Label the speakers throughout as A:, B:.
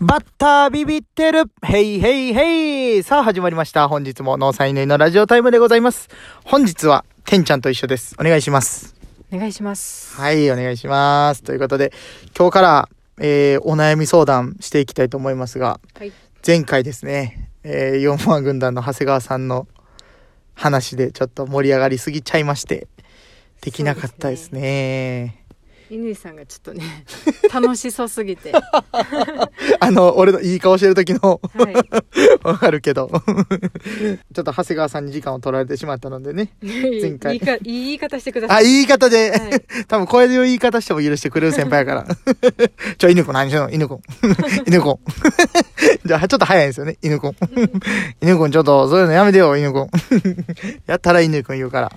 A: バッタービビってるヘイヘイヘイさあ始まりました。本日もノーサインネのラジオタイムでございます。本日は、てんちゃんと一緒です。お願いします。
B: お願いします。
A: はい、お願いします。ということで、今日から、えー、お悩み相談していきたいと思いますが、
B: はい。
A: 前回ですね、えー、4万軍団の長谷川さんの話でちょっと盛り上がりすぎちゃいまして、できなかったですね。
B: 犬さんがちょっ とね、楽しそうすぎて。
A: あの、俺のいい顔してる時の、
B: は
A: わかるけど。 ちょっと長谷川さんに時間を取られてしまったのでね。
B: い。
A: 前回
B: いいかいい言い方してくださ
A: あ、
B: い。
A: 言い方で、
B: はい
A: 多分これで言い方しても許してくれる先輩やから。 ちょ、犬子何してんの犬子。 犬子。じゃあ、ちょっと早いですよね。犬子。犬子ちょっと、そういうのやめてよ、犬子。 やったら犬子言うから。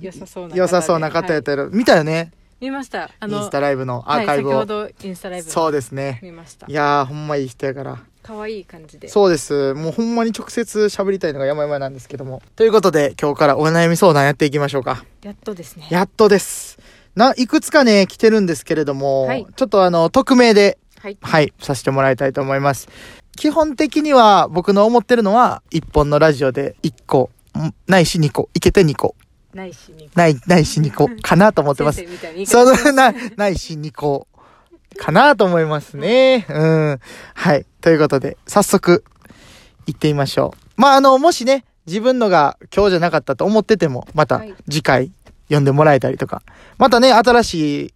B: 良さそうな方で。
A: 良さそうな方やっ
B: はい
A: たら、見たよね。
B: 見ました。あ
A: インス
B: の、
A: タライブのアーカイブを
B: はい、先。ほどインスタライブ
A: そうですね。
B: 見ました
A: い。やー、ほんまいい人やから。
B: 可愛い感じで。
A: そうです。もうほんまに直接喋りたいのが山々なんですけども。ということで、今日からお悩み相談やっていきましょうか。
B: やっとですね。
A: やっとです。な、いくつかね、来てるんですけれども、
B: はい
A: ちょっとあの、匿名で、
B: はい。
A: はい、させてもらいたいと思います。基本的には、僕の思ってるのは、一本のラジオで1個、んないし2個、いけて2個、
B: ないしに。
A: ない、ないし2個、かなと思ってます
B: 先。生みたいに言い
A: そ
B: 方。
A: のな、ないし2個、かなと思いますね。うん。はい。ということで、早速、行ってみましょう。まあ、あの、もしね、自分のが今日じゃなかったと思ってても、また
B: はい
A: 次回、読んでもらえたりとか、またね、新しい、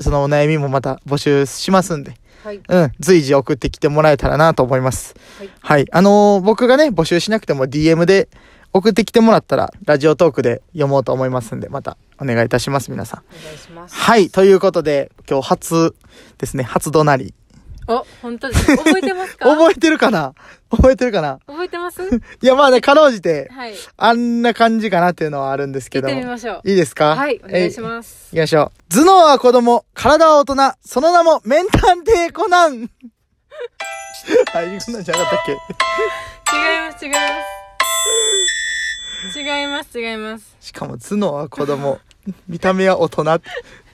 A: そのお悩みもまた募集しますんで、
B: はい。
A: うん、随時送ってきてもらえたらなと思います。
B: はい
A: はい。あのー僕がね、募集しなくても DM で送ってきてもらったら、ラジオトークで読もうと思いますんで、またお願いいたします、皆さん。
B: お願いします。
A: はい、ということで、今日初ですね、初怒鳴り。
B: お、本当ですね。 覚えてますか
A: 覚えてるかな覚えてるかな
B: 覚えてます
A: いや、まあね、かろうじて、
B: はい。
A: あんな感じかなっていうのはあるんです
B: 聞
A: け
B: い
A: ど。
B: てみ
A: い
B: ましょう。
A: いですか
B: はい。お願いし
A: す。
B: ます。
A: いきましょう。頭脳は子供、体は大人、その名も、メンタンテコナン。 あ、いこんなんじゃなかったっけ
B: 違います、違います。違います、違います。
A: しかも頭脳は子供、見た目は大人。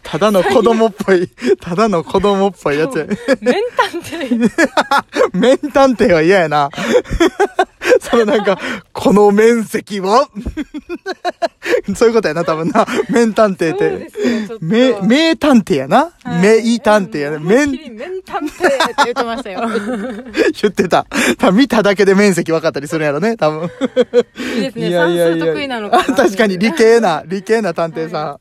A: ただの子供っぽい、ただの子供っぽいやつや。
B: メンタンって。
A: 面探偵は嫌やな。 そのなんか、この面積は そういうことやな、多分な。面探偵っ
B: そう
A: て。
B: ですねちょっと
A: 名、名探偵やな。
B: はい
A: 名い探偵やね。
B: うん思いっ
A: 面、
B: きり面探偵って言ってまし たよ。
A: 言ってた。多分見ただけで面積分かったりするやろね、多分。
B: いいですね。算数得意なのかな。
A: 確かに理系な、理系な探偵さん。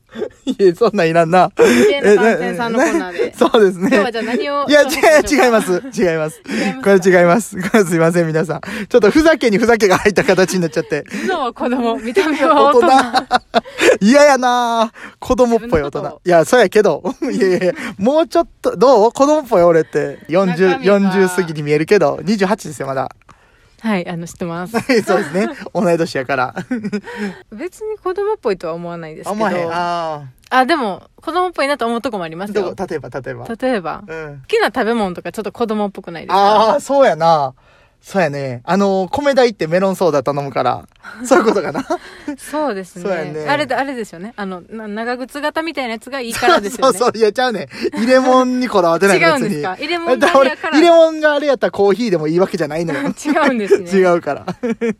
A: いや、そんなんいらんな。
B: 理系の探偵さんのコーナーで。
A: そうですね。
B: 今日はじゃあ何を
A: いや、違う、違い
B: ま
A: ます。違います。
B: す
A: これ違います。これすいません、皆さん。ちょっとふざけにふざけが入った形になっちゃって。
B: す。頭脳は子供、見た目は
A: 大
B: 大人。
A: 人。 嫌やな子供っぽい大
B: 自分のこ
A: 人
B: と。
A: いや、そうやけど。 いやいやいやもうちょっと、どう子供っぽい俺って。40、
B: 中身は
A: 40過ぎに見えるけど、28ですよ、ま だ。
B: はい、あの、知ってます。
A: そうですね。同い年やから。
B: 別に子供っぽいとは思わないですけ
A: 甘へん。
B: ど。
A: あ
B: あ、でも、子供っぽいなと思うとこもありま
A: あ。
B: す
A: ど
B: よ。
A: こ例えば、例えば。
B: 例えば、好
A: うん。
B: きな食べ物とかちょっと子供っぽくないですか
A: ああ、そうやな。そうやね。あの、米田行ってメロンソーダ頼むから。そういうことかな。
B: そうです
A: そうやね
B: ね。あれで、あれですよね。あの、な長靴型みたいなやつがいいからです
A: そ
B: よ
A: う
B: ね。
A: そうそう、いや、ちゃうね。入れ物にこだわってない
B: 違
A: の
B: うん
A: 別
B: で
A: に。
B: すか入れ
A: だ
B: 物
A: から
B: があ
A: 俺
B: れやか
A: 入れ物があれやったらコーヒーでもいいわけじゃないのよ。
B: ら。違うんです ね。
A: 違うから。
B: 別に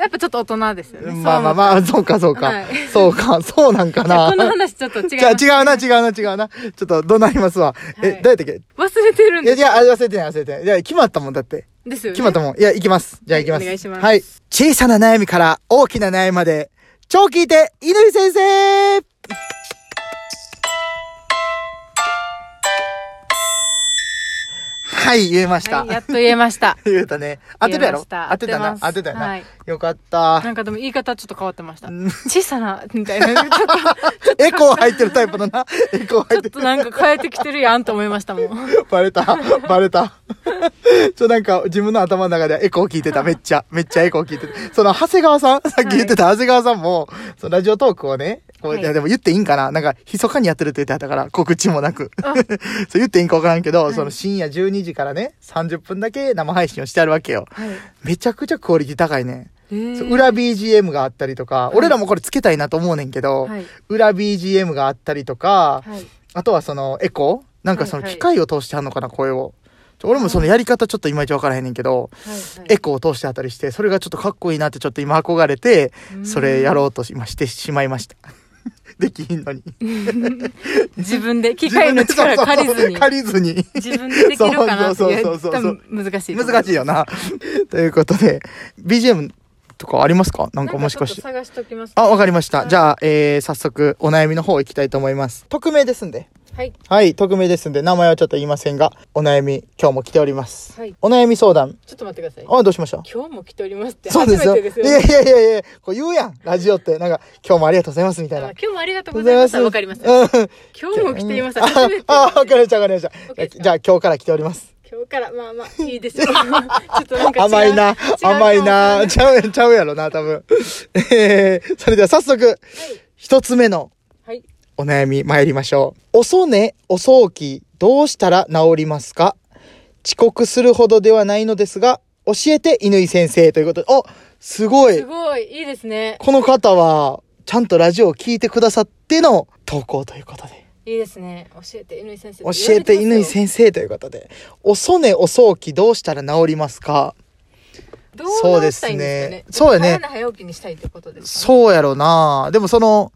B: やっぱちょっと大人ですよね。
A: まあまあまあ、そうかそうか。
B: はい
A: そうか、そうなんか
B: そう思う
A: な
B: とこ。の話ちょっと違う。
A: じゃあ違うな、違うな、違うな。ちょっと怒鳴りますわ。え、
B: はい
A: どうやったっけ
B: 忘れてるん
A: いや、
B: で
A: いや、あ忘れてない、忘れてない。いや、決まったもんだって。
B: ですよね。
A: 決まったもん。いや、行きます。じゃあ行きます。
B: お願いします
A: はい。小さな悩みから大きな悩みまで、超聞いて、犬先生はい、言えました。
B: はい、やっと言えました。
A: 言えたね。当てるやろ
B: 言えました
A: 当てた
B: 合
A: な。
B: ってます
A: 当てたよな。
B: はい
A: よかった
B: な。んかでも言い方ちょっと変わってました
A: うん。
B: 小さな、みたいな。ちょっと、
A: エコー入ってるタイプだな。エコー
B: ち
A: 入
B: ょ
A: っ
B: ってとなんか変えてきてるやんと思いましたもん。
A: る。 バレた。バレた。ちょ、なんか、自分の頭の中でエコー聞いてた。めっちゃ、めっちゃエコー聞いてた。その、長谷川さんさっき言ってた長谷川さんも、そのラジオトークをね、こう、
B: はい
A: いやでも言っていいんかななんか、密かにやってるって言ってたから、告知もなく。 そう言っていいんかわからんけど、その深夜12時からね、30分だけ生配信をしてあるわけよ。
B: はい。
A: めちゃくちゃクオリティ高いね。
B: え
A: そう
B: ー、
A: 裏 BGM があったりとか、俺らもこれつけたいなと思うねんけど、
B: はい
A: 裏 BGM があったりとか、
B: はい。
A: あとはそのエコーなんかその
B: はいはい
A: 機械を通してはんのかな、声を。俺もそのやり方ちょっといまいちわからへんねんけど、
B: はい
A: エコーを通してあったりして、それがちょっとかっこいいなってちょっと今憧れて、
B: うん
A: それやろうと今してしまいました。 できひんのに。
B: 自分で機械の力借りずに
A: 借りず に。
B: 自分でできるかなっていう
A: そうそうそうそう
B: 多分難しいと思う
A: 難しいよな。 ということで、BGM とかありますかなんかもしかして。
B: なんちょっと探しときます
A: あ、わかりました。
B: はい
A: じゃあ、えー、早速、お悩みの方行きたいと思います。匿名ですんで。
B: はい
A: はい、匿名ですんで、名前はちょっと言いませんが、お悩み、今日も来ております。
B: はい
A: お悩み相談。
B: ちょっと待ってください
A: あ、どうしました
B: 今日も来ておりますって
A: そう
B: 初
A: です
B: め
A: よ。
B: てですよ
A: いやいやいやいや、こう言うやん、ラジオって。なんか、今日もありがとうございます、みたいな
B: あ。今日もありがとうございますわかりました
A: うん
B: 今日も来ています
A: あ
B: 初めて、
A: あ、わかりました、わかりました
B: OK で。すか
A: じゃあ、今日から来ております。
B: 今日からまあまあいいですよ ちょっとなんか違う
A: 甘いな
B: 違う、かも
A: 甘いな。ちゃう、ちゃうやろな、多分。えー、それでは早速、一つ目の
B: はい
A: お悩み参りましょう。遅寝、遅起き、どうしたら治りますか遅刻するほどではないのですが、教えて乾先生ということで、おすごい
B: すごいいいですね
A: この方は、ちゃんとラジオを聞いてくださっての投稿ということで。
B: いいですね教えて乾先生
A: 教えて乾
B: 生
A: 先生ということで。遅寝遅起きどうしたら治りますか
B: どう直したいんです
A: そうですねそうや
B: かね
A: ね
B: 早寝早起きにしたいってことですかね
A: そうやろなでもその、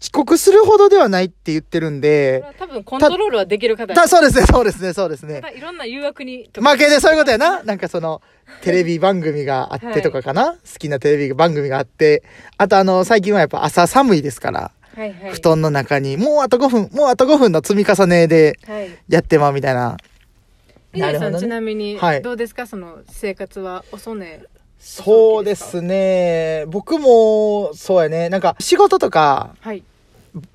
A: 遅刻するほどではないって言ってるん
B: これ
A: で、
B: は多分コントロールはできる方
A: だ、そうですね、そうですね、そうですね
B: た。だいろんな誘惑にとか
A: 負けでそういうことやな。なんかその、テレビ番組があってとかかな、好きなテレビ番組があって。あとあの、最近はやっぱ朝寒いですから、
B: はいはい
A: 布団の中に、もうあと5分、もうあと5分の積み重ねで
B: はい
A: やってまうみたいな。な
B: 皆
A: る
B: さ
A: ほ
B: ん、
A: ど
B: ち
A: ね。
B: なみに、
A: はい
B: どうですかその生活は遅寝
A: そうですね。僕も、そうやね。なんか仕事とか、
B: はい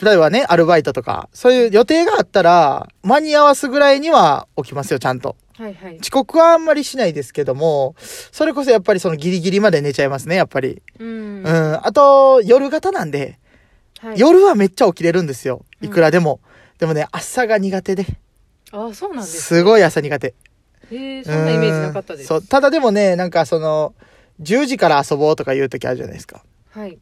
A: 例えばね、アルバイトとか、そういう予定があったら、間に合わすぐらいには起きますよ、ちゃんと。
B: はいはい
A: 遅刻はあんまりしないですけども、それこそやっぱりそのギリギリまで寝ちゃいますね、やっぱり。
B: うん、
A: う
B: は
A: ん。あと、夜型なんで、
B: い、
A: 夜はめっちゃ起きれるんですよ。
B: うん
A: いくらでも。でもね、朝が苦手で。
B: あそうなんです
A: すごい朝苦手。
B: へえそんなイメージなかったで
A: うん
B: す
A: そう。ただでもね、なんかその、10時から遊ぼうとか言う時あるじゃないですか。
B: はい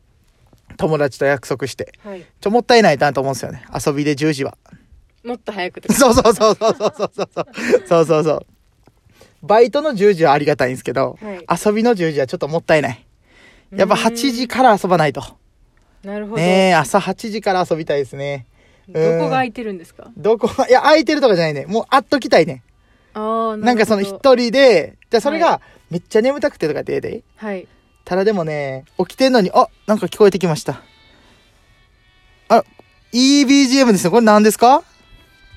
A: 友達と約束して。
B: はい
A: ちょ、もったいないなと思うんですよね。遊びで10時 は。
B: もっと早くとか
A: そうそうそうそうそうそうそう。そうそうそう。バイトの10時はありがたいんですけど、
B: はい
A: 遊びの10時はちょっともったいない。やっぱ
B: うん
A: 8時から遊ばないと。
B: なるほど、
A: ねえ、朝8時から遊びたいですね。
B: どこが空いてるんですか
A: どこ、いや、空いてるとかじゃないね。もう、あっときたいね。
B: あー
A: なんかその
B: るほ
A: 一
B: ど
A: 人で、じゃあそれ
B: は
A: が、めっちゃ眠たくてとかでええで。
B: はい
A: ただでもね、起きてんのに、あ、なんか聞こえてきました。あ、いい BGM ですね。これ何ですか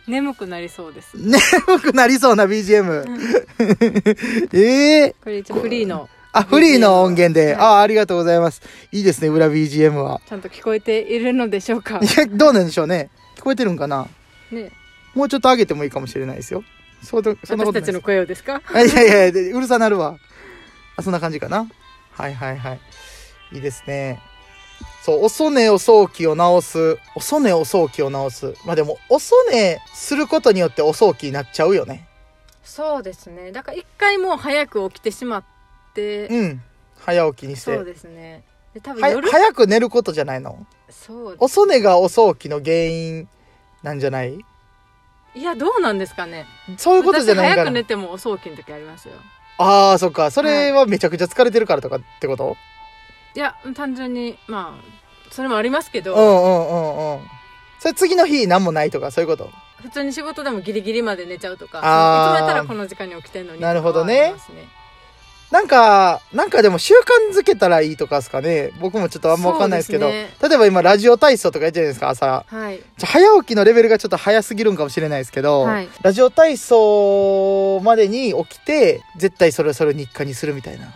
B: 眠くなりそうです
A: 眠くなりそうな BGM。ええ
B: これ一応フリーの
A: あ、フリーの音源で。
B: BGM
A: あ、ありがとうございます。いいですね、裏 BGM は。
B: ちゃんと聞こえているのでしょうか
A: いや、どうなんでしょうね。聞こえてるんかな
B: ね
A: もうちょっと上げてもいいかもしれないですよ。そうと、そんなこ
B: 私
A: とないです
B: たちの声をですか
A: あい やいやいやで、うるさなるわ。あ、そんな感じかな。はいはいはい。いいですね。そう、遅寝遅起きを直す。遅寝遅起きを直す。まあでも、遅寝することによって遅起きになっちゃうよね。
B: そうですねだから一回もう早く起きてしまって、
A: うん。早起きにして。
B: そうですねで多分
A: は
B: 夜
A: 早く寝ることじゃないの
B: そう
A: 遅寝が遅起きの原因なんじゃない
B: いやどうなんですかね
A: そういうことじゃない
B: 私
A: か
B: 早く
A: ら
B: 寝。ても遅起きの時ありますよ
A: ああ、そっか。それはめちゃくちゃ疲れてるからとかってこと、
B: いや単純にまあそれもありますけ
A: う
B: ど、
A: んうんうんうん。それ次の日何もないとかそういうこと
B: 普通に仕事でもギリギリまで寝ちゃうとか
A: あー
B: いつもやったらこの時間に起きてんのにとか
A: なるほどね
B: はあります
A: なんか、なんかでも習慣づけたらいいとかですかね。僕もちょっとあんまわかんないですけど。
B: そうです
A: 例えば今ラジオ体操とかやってるじゃないですか、朝。
B: はい
A: ちょ早起きのレベルがちょっと早すぎるんかもしれないですけど、
B: はい
A: ラジオ体操までに起きて、絶対それをそれを日課にするみたいな。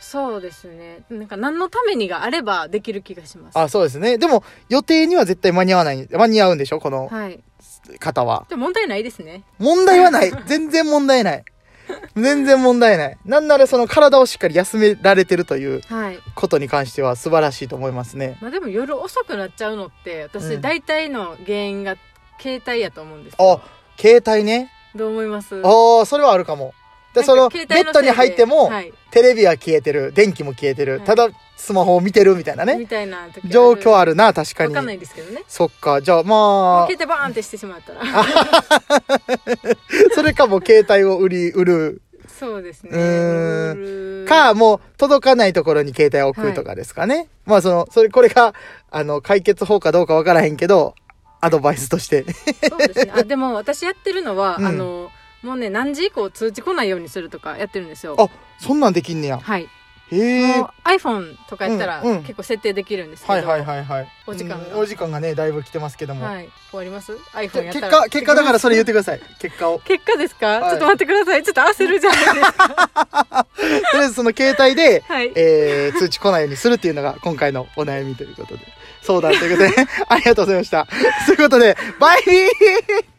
B: そうですねなんか何のためにがあればできる気がします
A: あ、そうですね。でも予定には絶対間に合わない、間に合うんでしょこの
B: はい
A: 方は。
B: でも問題ないですね
A: 問題は ない。全然問題ない。全然問題ない。なんならその体をしっかり休められてるという
B: はい
A: ことに関しては素晴らしいと思いますね。
B: まあでも夜遅くなっちゃうのっ
A: う
B: て私
A: ん
B: 大体の原因が携帯やと思うんです
A: あ、
B: よ
A: 携帯ね。
B: どう思います
A: ああ、それはあるかも。で、その、ベ
B: 携帯
A: ッ
B: の
A: ド
B: せい
A: に
B: で
A: 入っても、
B: はい
A: テレビは消えてる、電気も消えてる、
B: はい
A: ただスマホを見てるみたいなね、
B: みたいな時ある
A: 状況あるな、確か
B: わかんな
A: に。
B: いですけどね
A: そっか、じゃあ
B: もう
A: まあ
B: 携、帯バーンってしてしまったら
A: それかもう携帯を売り、売る。
B: そうですね
A: うーん
B: うーん
A: か、もう届かないところに携帯を置くとかですかね。まあその、それ、これが、あの、解決法かどうかわからへんけど、アドバイスと して。
B: そうですねあでも私やってるのは、
A: うん
B: あのもうね何時以降通知来ないようにするとかやってるんですよ
A: あそんなんできんねや。
B: はい、
A: へえ。
B: もう iPhone とかやったら、
A: うんうん
B: 結構設定できるんですけど
A: はいはいはいはい。
B: お時間が
A: うんお時間がね、だいぶ来てますけども。
B: はい終わります iPhone
A: で
B: やっ
A: 結
B: たら
A: 果、結果だからそれ言ってください。結 果を。
B: 結果ですか、
A: はい
B: ちょっと待ってくださいちょっと焦るじゃないですか
A: とりあえずその携帯で、
B: はい
A: えー、通知来ないようにするっていうのが今回のお 悩みということで、相談ということで、ありがとうございました。ということで、バイビー